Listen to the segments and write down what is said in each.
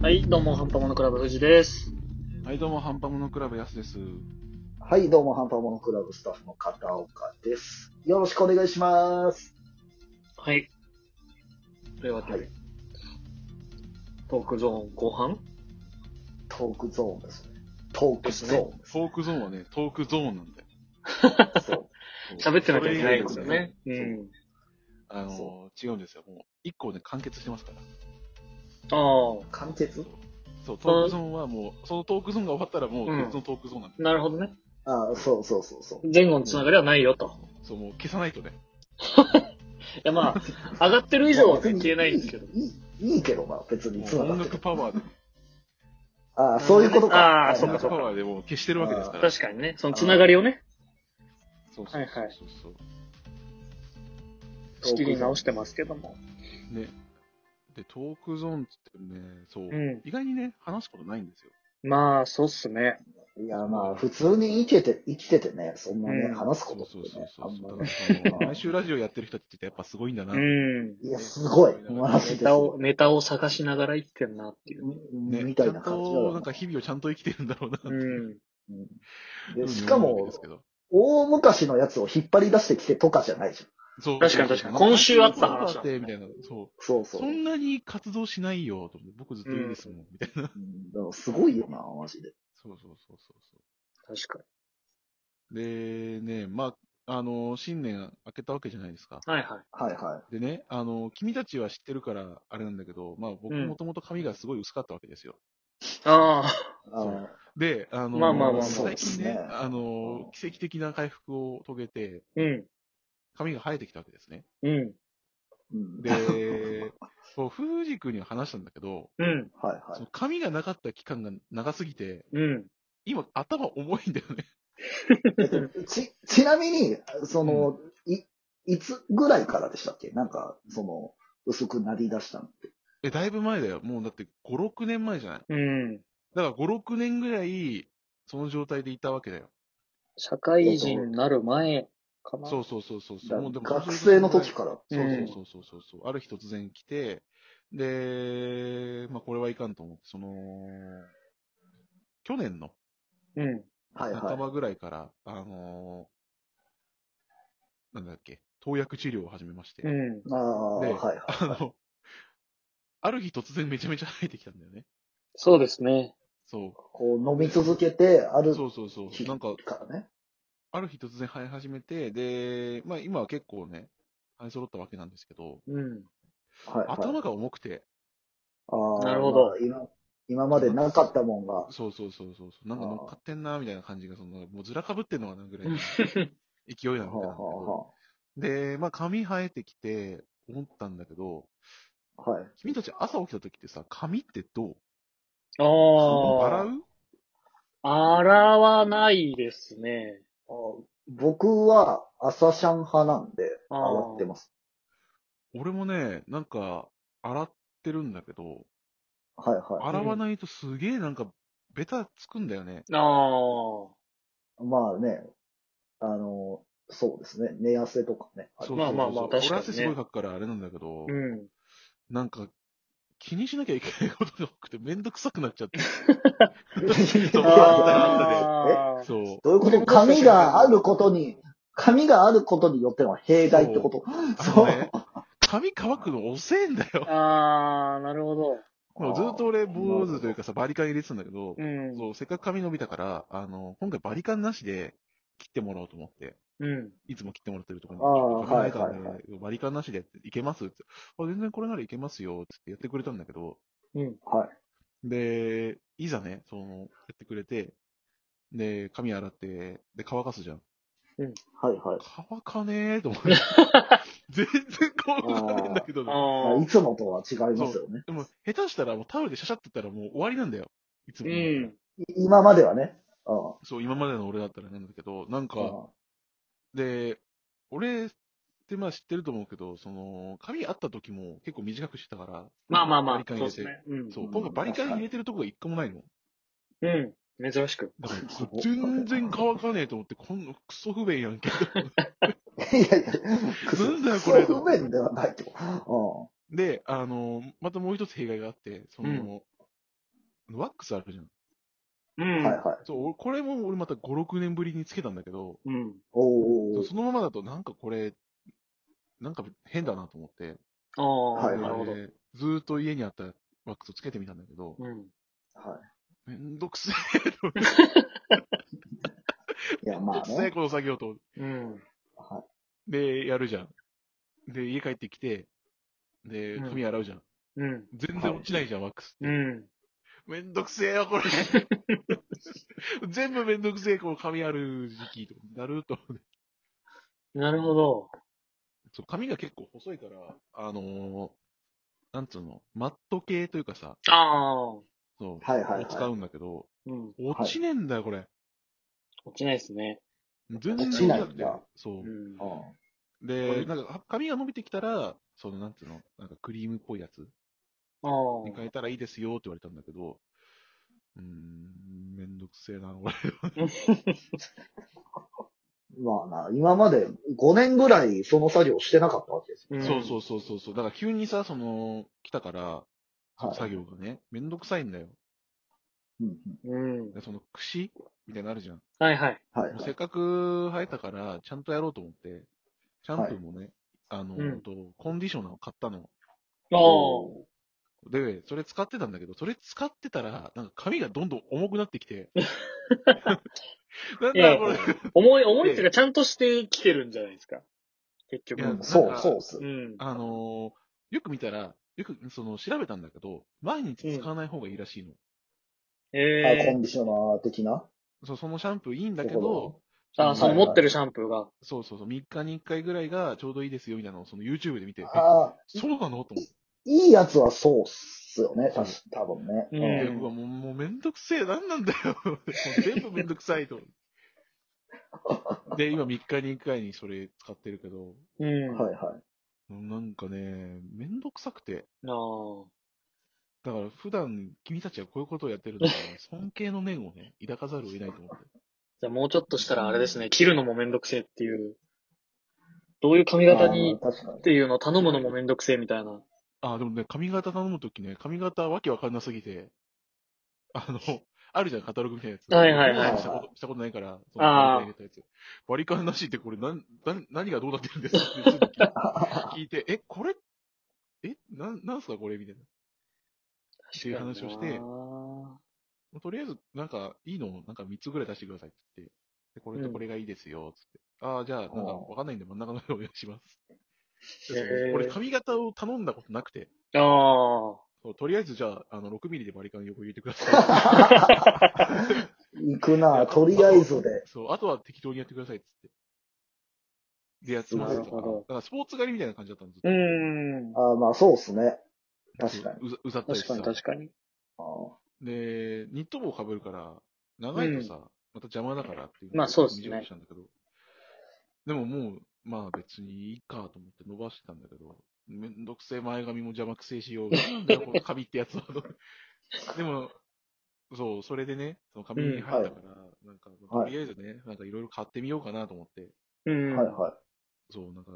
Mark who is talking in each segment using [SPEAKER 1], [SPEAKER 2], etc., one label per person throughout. [SPEAKER 1] はい、どうも、ハンパモノクラブ、藤です。
[SPEAKER 2] はい、どうも、ハンパモノクラブ、やすです。
[SPEAKER 3] はい、どうも、ハンパモノクラブスタッフの片岡です。よろしくお願いします。
[SPEAKER 1] はい。というわけで、
[SPEAKER 3] はい
[SPEAKER 1] トークゾーン後半
[SPEAKER 3] トークゾーンですね。トークゾーンです。
[SPEAKER 2] トークゾーンはね、トークゾーンなんだよ。
[SPEAKER 3] そう
[SPEAKER 1] 喋ってなきゃいけないんですよ
[SPEAKER 2] それ以外
[SPEAKER 1] ね。うん。
[SPEAKER 2] あの
[SPEAKER 3] そ
[SPEAKER 2] ー、違うんですよ。もう、一個ね、完結してますから。
[SPEAKER 1] あ
[SPEAKER 3] 完結
[SPEAKER 2] そう、トークゾーンはもう、そのトークゾーンが終わったらもう、
[SPEAKER 1] うん
[SPEAKER 2] 別のトークゾーンなんだ
[SPEAKER 1] あ、なるほどね。
[SPEAKER 3] ああ、そうそうそうそう。
[SPEAKER 1] 前後のつながりはないよと。
[SPEAKER 2] よ。そう、もう消さないとね。
[SPEAKER 1] いや、ま あ、上がってる以上はね消えないんですけど。
[SPEAKER 3] いいいいいいけどな、別に
[SPEAKER 2] も
[SPEAKER 3] つ
[SPEAKER 2] う
[SPEAKER 3] な
[SPEAKER 2] 音
[SPEAKER 3] がって
[SPEAKER 2] 楽
[SPEAKER 3] る。
[SPEAKER 2] パワーで、
[SPEAKER 3] ああ、そういうことか。
[SPEAKER 1] あー
[SPEAKER 3] はい
[SPEAKER 1] そ
[SPEAKER 2] 音
[SPEAKER 1] っかそ
[SPEAKER 2] 楽パ
[SPEAKER 1] っか
[SPEAKER 2] ワーでもう消してるわけですから。
[SPEAKER 1] 確かにね、そのつながりをね、
[SPEAKER 2] そうそうそう
[SPEAKER 1] はいはい
[SPEAKER 2] そうそう
[SPEAKER 1] 仕切り直してますけども。
[SPEAKER 2] ね。で、トークゾーンって言ってね、そ
[SPEAKER 1] う
[SPEAKER 2] う、
[SPEAKER 1] ん。
[SPEAKER 2] 意外にね、話すことないんですよ。
[SPEAKER 1] まあ、そうっすね。
[SPEAKER 3] いや、まあ、普通に生きてて、生きててね、そんなね、
[SPEAKER 1] うん
[SPEAKER 3] 話す
[SPEAKER 2] そ
[SPEAKER 3] こと
[SPEAKER 2] う
[SPEAKER 3] って
[SPEAKER 2] そ
[SPEAKER 3] ね
[SPEAKER 2] うそう、そ
[SPEAKER 3] あ
[SPEAKER 2] う。
[SPEAKER 3] ん
[SPEAKER 2] だか
[SPEAKER 3] まね
[SPEAKER 2] らその、毎週ラジオやってる人ってやっぱすごいんだなっ
[SPEAKER 1] う
[SPEAKER 2] て。
[SPEAKER 1] ん。
[SPEAKER 3] いや、すごい。マジ
[SPEAKER 1] ネ
[SPEAKER 3] で
[SPEAKER 1] タを、ネタを探しながら生きてんなっていう。
[SPEAKER 2] ね、
[SPEAKER 3] みたいな感じ
[SPEAKER 2] ち
[SPEAKER 3] だ
[SPEAKER 2] ゃん
[SPEAKER 3] よ
[SPEAKER 2] と、なんか日々をちゃんと生きてるんだろうな。
[SPEAKER 1] うん。
[SPEAKER 3] うんでしか
[SPEAKER 2] うん思うわけ
[SPEAKER 3] も
[SPEAKER 2] で、すけど
[SPEAKER 3] 大昔のやつを引っ張り出してきてとかじゃないじゃん。
[SPEAKER 2] そう
[SPEAKER 1] 確かに確かに今週あった話だ
[SPEAKER 2] あってみたいな。そう。
[SPEAKER 3] そうそう。
[SPEAKER 2] そんなに活動しないよ、と思って僕ずっといいですもん、みたいな。
[SPEAKER 3] うんだからすごいよな、マジで。
[SPEAKER 2] そうそうそうそうそ
[SPEAKER 1] 確か
[SPEAKER 2] う。で、ね、まあ、あの、新年明けたわけじゃないですか。
[SPEAKER 1] に。はいはい。
[SPEAKER 3] はいは
[SPEAKER 2] でね、あの、君たちは知ってるから、あれなんだけど、まあ僕
[SPEAKER 1] うん
[SPEAKER 2] もともと髪がすごい薄かったわけですよ。
[SPEAKER 1] ああ。
[SPEAKER 3] い。あの
[SPEAKER 2] で、あの、
[SPEAKER 1] まあまあまあまあ
[SPEAKER 2] 最近
[SPEAKER 3] そう
[SPEAKER 2] ね
[SPEAKER 3] ですね、
[SPEAKER 2] あの、奇跡的な回復を遂げて、
[SPEAKER 1] うん。
[SPEAKER 2] 髪が生えてきたわけですね。
[SPEAKER 1] うん。
[SPEAKER 3] う ん
[SPEAKER 2] で、そう、藤君には話したんだけど、
[SPEAKER 1] うん。
[SPEAKER 3] はいは
[SPEAKER 2] その
[SPEAKER 3] い。
[SPEAKER 2] 髪がなかった期間が長すぎて、
[SPEAKER 1] うん。
[SPEAKER 2] 今頭重いんだよね。
[SPEAKER 3] えっとち、ちなみに、その、い、いつぐらいからでしたっけなんか、その、薄くなりだしたのって。
[SPEAKER 2] え、だいぶ前だよ。もうだって5、6年前じゃない
[SPEAKER 1] うん。
[SPEAKER 2] だから5、6年ぐらい、その状態でいたわけだよ。
[SPEAKER 1] 社会人になる前かな。
[SPEAKER 2] そうそうそうそうそう。
[SPEAKER 3] だ
[SPEAKER 2] もうでも
[SPEAKER 3] 学生の時から。
[SPEAKER 2] そうそうそうそうそうそう。ある日突然来て、で、まあこれはいかんと思って、その、去年の
[SPEAKER 1] うん。
[SPEAKER 3] はい
[SPEAKER 2] 半
[SPEAKER 3] は
[SPEAKER 2] ばぐらいから、あのーなんだっけ、投薬治療を始めまして、
[SPEAKER 1] うん。
[SPEAKER 3] い。ああ、は
[SPEAKER 2] で
[SPEAKER 3] いはい。
[SPEAKER 2] あの、ある日突然めちゃめちゃ生えてきたんだよね。
[SPEAKER 1] そうですね。
[SPEAKER 2] そう。
[SPEAKER 3] こう、飲み続けて、ある
[SPEAKER 2] そうそうそう。
[SPEAKER 3] 日
[SPEAKER 2] なんか、
[SPEAKER 3] からね。
[SPEAKER 2] ある日突然生え始めて、で、まあ今は結構ね、生え揃ったわけなんですけど、
[SPEAKER 1] うん。
[SPEAKER 3] はいはい。
[SPEAKER 2] 頭が重くて、
[SPEAKER 3] ああ
[SPEAKER 1] なるほど
[SPEAKER 3] まあ今、今までなかったもんが。
[SPEAKER 2] そうそうそうそうそう、なんか乗っかってんな、みたいな感じが、その、もうずらかぶってんのかな、 ぐらいの勢いな
[SPEAKER 3] は
[SPEAKER 2] んだ
[SPEAKER 3] あは
[SPEAKER 2] けど。で、まあ髪生えてきて思ったんだけど、
[SPEAKER 3] あはあはい。
[SPEAKER 2] 君たち朝起きた時ってさ、髪ってどう洗
[SPEAKER 1] あ
[SPEAKER 2] う
[SPEAKER 1] あ。洗わないですね。
[SPEAKER 3] あ僕は朝シャン派なんで、
[SPEAKER 1] ああ
[SPEAKER 3] 洗ってます。
[SPEAKER 2] 俺もね、なんか、洗ってるんだけど、
[SPEAKER 3] はいは
[SPEAKER 2] 洗わないとすげえなんか、ベタつくんだよね。
[SPEAKER 1] ああ。
[SPEAKER 3] い。まあね、あの、そうですね。寝汗とかね。
[SPEAKER 2] そうそうそう
[SPEAKER 1] まあまあまあ確かにね
[SPEAKER 2] 俺汗すごいかくからあれなんだけど、
[SPEAKER 1] うん。
[SPEAKER 2] なんか、気にしなきゃいけないことが多くてめんどくさくなっちゃって。
[SPEAKER 3] そう
[SPEAKER 2] あ
[SPEAKER 1] ああ。
[SPEAKER 2] そう。
[SPEAKER 3] どういうこと髪があることに、髪があることによっての弊害ってこと
[SPEAKER 2] あ
[SPEAKER 3] そ
[SPEAKER 2] の
[SPEAKER 3] う。
[SPEAKER 2] ね、髪乾くの遅えんだよ。
[SPEAKER 1] ああ、なるほど。
[SPEAKER 2] もうずっと俺、坊主というかさ、バリカン入れてたんだけど
[SPEAKER 1] う、ん。
[SPEAKER 2] そう、せっかく髪伸びたから、あの、今回バリカンなしで切ってもらおうと思って。
[SPEAKER 1] うん。
[SPEAKER 2] いつも切ってもらってるところ
[SPEAKER 3] ああ
[SPEAKER 2] に、髪ない
[SPEAKER 3] はい
[SPEAKER 2] か
[SPEAKER 3] はい
[SPEAKER 2] らねバリカンなしでやっていけますって。あ全然これならいけますよって言ってやってくれたんだけど、
[SPEAKER 1] うん。
[SPEAKER 3] はい。
[SPEAKER 2] で、いざね、その、やってくれて、で、髪洗って、で、乾かすじゃん。
[SPEAKER 3] はいはい
[SPEAKER 2] 乾かねえと 思って。全然乾かねえんだけどね。
[SPEAKER 3] ま
[SPEAKER 1] あ
[SPEAKER 3] あ。
[SPEAKER 1] あ
[SPEAKER 3] い。つもとは違いますよね。
[SPEAKER 2] でも、下手したらもうタオルでシャシャってやったらもう終わりなんだよ。いつ
[SPEAKER 1] う
[SPEAKER 2] も。
[SPEAKER 1] ん。
[SPEAKER 3] い今まではね。ああ
[SPEAKER 2] そう、今までの俺だったらなんだけど、なん
[SPEAKER 3] あ
[SPEAKER 2] か、で、俺ってまあ知ってると思うけど、その、髪あった時も結構短くしてたから。
[SPEAKER 1] まあまあま
[SPEAKER 2] バ
[SPEAKER 1] あ
[SPEAKER 2] リ、カン
[SPEAKER 1] そう
[SPEAKER 2] 入
[SPEAKER 1] で
[SPEAKER 2] れ
[SPEAKER 1] す
[SPEAKER 2] て。
[SPEAKER 1] ね。うん。
[SPEAKER 2] そうう、
[SPEAKER 3] ん
[SPEAKER 2] 今回バリカン入れてるとこが一個もないの。
[SPEAKER 1] うん。珍しく。
[SPEAKER 2] だから、全然乾かねえと思って、こんなクソ不便やんけ。
[SPEAKER 3] あいやいや、
[SPEAKER 2] なんだよこ
[SPEAKER 3] そ
[SPEAKER 2] れ
[SPEAKER 3] う不便ではないってこと。
[SPEAKER 2] で、あの、またもう一つ弊害があって、その、
[SPEAKER 1] うん
[SPEAKER 2] ワックスあるじゃん。
[SPEAKER 1] うん。
[SPEAKER 3] はいはい。
[SPEAKER 2] そう、俺これも俺また5、6年ぶりにつけたんだけど、
[SPEAKER 1] うん。
[SPEAKER 3] おー。
[SPEAKER 2] そのままだとなんかこれ、なんか変だなと思って、
[SPEAKER 1] ああ、
[SPEAKER 3] はい
[SPEAKER 1] なるほど。
[SPEAKER 2] えーずーっと家にあったワックスをつけてみたんだけど、
[SPEAKER 1] うん。
[SPEAKER 3] は
[SPEAKER 2] めんどくせえ、
[SPEAKER 3] い。いや、
[SPEAKER 2] めん
[SPEAKER 3] ま
[SPEAKER 2] ど
[SPEAKER 3] あ
[SPEAKER 2] くせえ、
[SPEAKER 3] ね。
[SPEAKER 2] この作業と。
[SPEAKER 1] うん。
[SPEAKER 3] は
[SPEAKER 2] で、やるじゃん。で、家帰ってきて、で、
[SPEAKER 1] うん
[SPEAKER 2] 髪洗うじゃん。
[SPEAKER 1] うん。
[SPEAKER 2] 全然落ちないじゃん、ワックス。
[SPEAKER 1] うん。
[SPEAKER 2] めんどくせえよ、これ。全部めんどくせえ、この髪ある時期とかなると思うね。
[SPEAKER 1] なるほど。
[SPEAKER 2] そう、髪が結構細いから、あのー、なんつうの、マット系というかさ、
[SPEAKER 1] ああ。
[SPEAKER 2] そう、
[SPEAKER 3] はいはいはい
[SPEAKER 2] 使うんだけど、
[SPEAKER 1] うん。
[SPEAKER 2] 落ちねえんだよ、これ。
[SPEAKER 1] 落ちないですね。
[SPEAKER 2] 全然
[SPEAKER 3] 落ちないんだ
[SPEAKER 2] 落ちくてそうう。
[SPEAKER 1] ん
[SPEAKER 3] い。。うん
[SPEAKER 2] で、
[SPEAKER 1] これ
[SPEAKER 2] なんか、髪が伸びてきたら、その、なんつうの、なんかクリームっぽいやつ
[SPEAKER 1] あ
[SPEAKER 2] に
[SPEAKER 1] あ。
[SPEAKER 2] 変えたらいいですよって言われたんだけど、うーん、めんどくせえな、俺。
[SPEAKER 3] まあな、今まで5年ぐらいその作業してなかったわけですよ。
[SPEAKER 1] ん
[SPEAKER 2] そうそうそうそうそう。だから急にさ、その、来たから、その
[SPEAKER 3] はい
[SPEAKER 2] 作業がね、めんどくさいんだよ。
[SPEAKER 3] うん
[SPEAKER 1] うん。
[SPEAKER 2] でその、櫛みたいになのあるじゃん。
[SPEAKER 1] はいはい。
[SPEAKER 3] うんはい
[SPEAKER 2] もうせっかく生えたから、ちゃんとやろうと思って、シャンプーもね、あの、
[SPEAKER 1] うん
[SPEAKER 2] とコンディショナーを買ったの。
[SPEAKER 1] ああ。
[SPEAKER 2] で、それ使ってたんだけど、それ使ってたら、なんか髪がどんどん重くなって きて。なん
[SPEAKER 1] いや
[SPEAKER 2] だこれ。
[SPEAKER 1] 重い、重いっていうか、ちゃんとしてきてるんじゃないですか。結
[SPEAKER 2] い
[SPEAKER 1] 局。
[SPEAKER 2] や
[SPEAKER 3] う
[SPEAKER 1] うん
[SPEAKER 3] そう
[SPEAKER 2] なん、か
[SPEAKER 3] そうっす。
[SPEAKER 1] ん。
[SPEAKER 2] あのーよく見たら、よく、その、調べたんだけど、毎日使わない方がいいらしいの。
[SPEAKER 3] あコ
[SPEAKER 1] ええ。
[SPEAKER 3] ンディショナー的な
[SPEAKER 2] そうそのシャンプーいいんだけ
[SPEAKER 3] とこ
[SPEAKER 2] ど
[SPEAKER 3] ろ、
[SPEAKER 1] ああ、その
[SPEAKER 3] はいはい
[SPEAKER 1] 持ってるシャンプーが。
[SPEAKER 2] そうそうそう、3日に1回ぐらいがちょうどいいですよ、みたいなのをその YouTube で見て、え
[SPEAKER 3] ああ、
[SPEAKER 2] そうなのと思って。
[SPEAKER 3] いいやつはそうっすよね、たし多分ね。
[SPEAKER 1] うん
[SPEAKER 2] で
[SPEAKER 3] うん
[SPEAKER 2] うわもう、もうめんどくせえ、なんなんだよ。 もう全部めんどくさいと。で、今3日に1回にそれ使ってるけど、
[SPEAKER 1] うん。あ
[SPEAKER 3] はいはい。
[SPEAKER 2] なんかね、めんどくさくて。
[SPEAKER 1] あ。
[SPEAKER 2] だから普段君たちはこういうことをやってるんだから、尊敬の念をね、抱かざるを得ないと思って。
[SPEAKER 1] じゃあもうちょっとしたらあれですね、切るのもめんどくせえっていう。どういう髪型に
[SPEAKER 3] ああ確かに
[SPEAKER 1] っ。ていうのを頼むのもめんどくせえみたいな。
[SPEAKER 2] あー、でもね、髪型頼むときね、髪型わけわかんなすぎて、 あの、あるじゃん、カタログみたいなやつ。
[SPEAKER 1] はいはい
[SPEAKER 3] はいはい
[SPEAKER 2] したことしたことないから、そ
[SPEAKER 1] あー
[SPEAKER 2] の入れたやつ割り勘なしってこれなん、なん何がどうなってるんですかってちょっと聞い聞 いて、え、これ、え、なん、なんすかこれみたいな。っていう話をして
[SPEAKER 1] あ
[SPEAKER 2] もうとりあえず、なんか、いいのをなんか3つぐらい出してくださいって言って、で、これとこれがいいですよ、つって。ああ、じゃあ、なんか、わかんないんで真ん中の方お願いします。で
[SPEAKER 1] へー
[SPEAKER 2] 俺、髪型を頼んだことなくて、
[SPEAKER 1] ーあ
[SPEAKER 2] そうとりあえず、じゃあ、あの、6ミリでバリカン横入れてくださ
[SPEAKER 3] 行くな、とりあえずで。
[SPEAKER 2] い。そう、あとは適当にやってください、つって。で、やってもらってた
[SPEAKER 1] なるほど
[SPEAKER 2] だから、スポーツ狩りみたいな感じだったんです
[SPEAKER 1] ー。うーん。
[SPEAKER 3] ああ、まあそうっすね。確か
[SPEAKER 2] に。
[SPEAKER 3] に。
[SPEAKER 2] うざうざったりし
[SPEAKER 1] 確
[SPEAKER 2] て
[SPEAKER 1] かに確
[SPEAKER 2] さ。
[SPEAKER 1] かに。
[SPEAKER 3] あ
[SPEAKER 2] で、ニット帽をかぶるから、長いとさ、また邪魔だからっていうの
[SPEAKER 1] まあそうですね
[SPEAKER 2] 短くしたんだけど。でももう、まあ別にいいかと思って伸ばしてたんだけど、めんどくせえ前髪も邪魔くせえしよう。な んだよ、この髪ってやつは。でも、そう、それでね、その髪に入ったから、なんか、とりあえずね、なんかいろいろ買ってみようかなと思って、
[SPEAKER 1] う
[SPEAKER 3] あ
[SPEAKER 1] ん。
[SPEAKER 3] はいは
[SPEAKER 2] そう、なんか、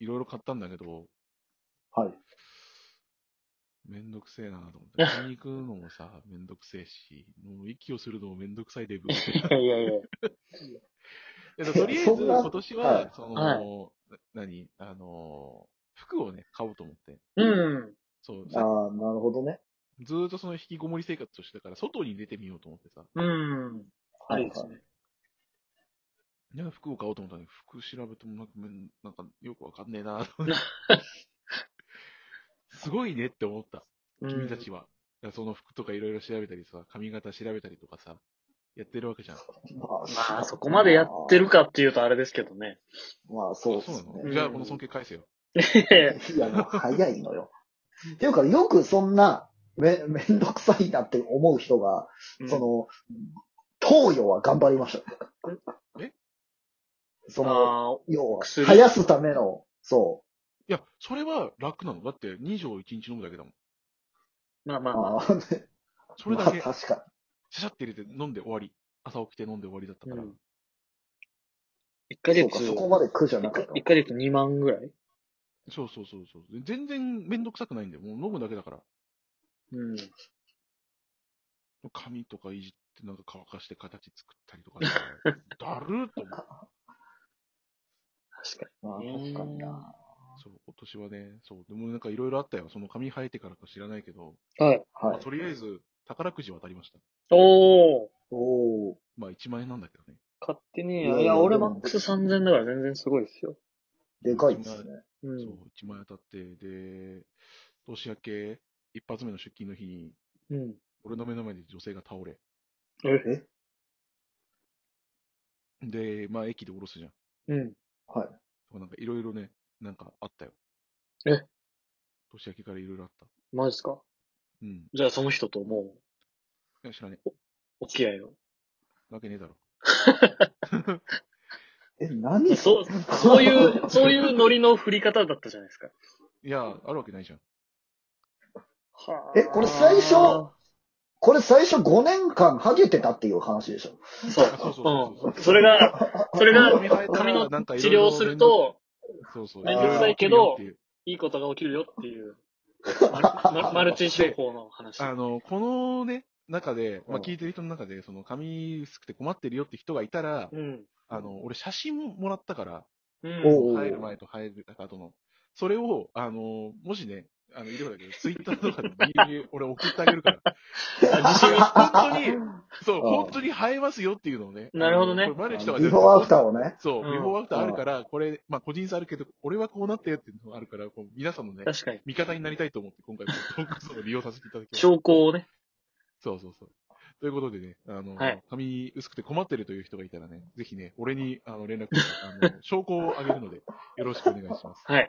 [SPEAKER 2] いろいろ買ったんだけど、
[SPEAKER 3] い。はい。
[SPEAKER 2] めんどくせえなと思 って。買いに行くのもさ、めんどくせえし、もう息をするのもめんどくさいデ ブ。
[SPEAKER 1] いやいやいや。
[SPEAKER 2] えっと、とりあえず、
[SPEAKER 3] そんな
[SPEAKER 2] 今年
[SPEAKER 3] は
[SPEAKER 2] は、
[SPEAKER 3] い
[SPEAKER 2] そ
[SPEAKER 1] は
[SPEAKER 2] の、な何あの、服をね、買おうと思って。
[SPEAKER 1] うん。
[SPEAKER 2] そう、
[SPEAKER 3] ああ
[SPEAKER 2] さ、
[SPEAKER 3] なるほどね。
[SPEAKER 2] ずーっとその引きこもり生活をしてたから、外に出てみようと思ってさ。
[SPEAKER 1] うん。あ
[SPEAKER 3] は
[SPEAKER 1] り
[SPEAKER 3] い
[SPEAKER 1] です
[SPEAKER 3] はい。
[SPEAKER 1] ね。
[SPEAKER 2] いや服を買おうと思ったのに、服調べてもなんかめん、なんかよくわかんねえなと思って すごいねって思った、君たちは。だからその服とかいろいろ調べたりさ、髪型調べたりとかさ、やってるわけじゃん。
[SPEAKER 3] ま
[SPEAKER 1] うん。まあ、そこまでやってるかっていうとあれですけどね。
[SPEAKER 3] まあそう
[SPEAKER 2] あ
[SPEAKER 3] っす
[SPEAKER 2] そうなの、
[SPEAKER 3] ね。
[SPEAKER 2] じゃあ、この尊敬返せよ。
[SPEAKER 3] いや、もう早いのよ。っていうか、よくそんな、め、めんどくさいなって思う人が、その、投与は頑張りましたね。
[SPEAKER 2] え
[SPEAKER 1] う
[SPEAKER 3] そ
[SPEAKER 1] ん、
[SPEAKER 3] の、
[SPEAKER 1] あ
[SPEAKER 3] 要は、
[SPEAKER 1] 薬
[SPEAKER 3] 生やすための、そ
[SPEAKER 2] いや、それは楽なの。だって、2錠1日飲むだけだもん。
[SPEAKER 1] ーまあま
[SPEAKER 3] う。
[SPEAKER 1] あまあ。
[SPEAKER 3] ああ、ね
[SPEAKER 2] それ
[SPEAKER 3] ま
[SPEAKER 2] だ
[SPEAKER 3] あ
[SPEAKER 2] け。
[SPEAKER 3] 確か
[SPEAKER 2] シャシャって入れて飲んで終わり。朝起きて飲んで終わりだった
[SPEAKER 1] う
[SPEAKER 2] から。
[SPEAKER 1] ん。1ヶ
[SPEAKER 3] に。そう
[SPEAKER 1] 月
[SPEAKER 3] か、、そこまで苦じゃなかったの。
[SPEAKER 1] 1ヶ月2万ぐらい
[SPEAKER 2] そうそうそうそう。全然めんどくさくないんだよ。もう飲むだけだから。
[SPEAKER 1] うん。
[SPEAKER 2] 髪とかいじってなんか乾かして形作ったりと かして、だるーと思って
[SPEAKER 1] 確か
[SPEAKER 3] まあ、
[SPEAKER 1] うん
[SPEAKER 3] 確かにな。
[SPEAKER 2] そう、今年はね、そう、でもなんかいろいろあったよ。その髪生えてからか知らないけど、
[SPEAKER 1] に。はい。
[SPEAKER 2] ま
[SPEAKER 3] は
[SPEAKER 2] あ
[SPEAKER 3] い。
[SPEAKER 2] とりあえず宝くじは当たりました。
[SPEAKER 1] おー。
[SPEAKER 3] おー。
[SPEAKER 2] まあ1万円なんだけどね。
[SPEAKER 1] 買って
[SPEAKER 3] い
[SPEAKER 1] ねえ
[SPEAKER 3] やい
[SPEAKER 1] や。
[SPEAKER 3] や
[SPEAKER 1] いや、俺
[SPEAKER 3] でも
[SPEAKER 1] マックス3000だから全然すごいですよ。
[SPEAKER 3] でかいですね。
[SPEAKER 1] う
[SPEAKER 2] そう、1万円当たって、で、年明け、一発目の出勤の日に、
[SPEAKER 1] ん。うん。
[SPEAKER 2] 俺の目の前で女性が倒れ。
[SPEAKER 1] え
[SPEAKER 2] で、まあ駅で降ろすじゃん。
[SPEAKER 1] うん。
[SPEAKER 3] はい。
[SPEAKER 2] とかなんかいろいろね、なんかあったよ。
[SPEAKER 1] え
[SPEAKER 2] 年明けからいろいろあった。
[SPEAKER 1] マジっすか
[SPEAKER 2] うん。
[SPEAKER 1] じゃあその人ともう、
[SPEAKER 2] いや、知らね
[SPEAKER 1] お付き合いを。
[SPEAKER 2] え。わけねえだろ。
[SPEAKER 3] え、何
[SPEAKER 1] そう、そういう、 そういうノリの振り方だったじゃないですか。
[SPEAKER 2] いや、あるわけないじ ゃん。
[SPEAKER 1] は
[SPEAKER 3] えこれ最初 これ最初5年間ハゲてたっていう話でしょ。
[SPEAKER 1] そう
[SPEAKER 2] あそうそうそうそ
[SPEAKER 1] う
[SPEAKER 2] う。
[SPEAKER 1] ん。それが、それが、
[SPEAKER 2] 生えたら
[SPEAKER 1] 髪の
[SPEAKER 2] なんかい
[SPEAKER 1] 治
[SPEAKER 2] ろいろ
[SPEAKER 1] 療すると、
[SPEAKER 2] そうそう。
[SPEAKER 1] め
[SPEAKER 3] んどくさ
[SPEAKER 1] いけど
[SPEAKER 2] いろいろ起きるよっていう
[SPEAKER 1] いいことが起きるよって いう、マルママルチ商法の話。
[SPEAKER 2] あの、このね、中で、まあ、
[SPEAKER 3] うん
[SPEAKER 2] 聞いてる人の中で、その、髪薄くて困ってるよって人がいたら、
[SPEAKER 1] うん。
[SPEAKER 2] あの、俺写真もらったから、
[SPEAKER 1] うん。
[SPEAKER 3] おうおう
[SPEAKER 2] 生える前と生える後の。それを、あの、もしね、あの、いればだけど、ツイッターとかで DM 俺送ってあげる から。
[SPEAKER 1] あ自信が。
[SPEAKER 2] 本当に、そう、
[SPEAKER 3] ん
[SPEAKER 2] 本当に生えますよっていうのをね。
[SPEAKER 1] なるほどね
[SPEAKER 2] あのこれ前の人が
[SPEAKER 3] ビフォーアフターをね。
[SPEAKER 2] そう、
[SPEAKER 1] うん
[SPEAKER 2] ビフォーアフターあるから、これ、まあ、個人差あるけど、俺はこうなったよっていうのがあるから、こう皆さんの ね、
[SPEAKER 1] 確かに。
[SPEAKER 2] 味方になりたいと思って、今回もトークゾーンを利用させていただきました。
[SPEAKER 1] 証拠をね。
[SPEAKER 2] そうそうそう。ということでね、あの、
[SPEAKER 1] はい
[SPEAKER 2] 髪薄くて困ってるという人がいたらね、ぜひね、俺にあの連絡を、あの、証拠をあげるので、よろしくお願いします。
[SPEAKER 1] はい。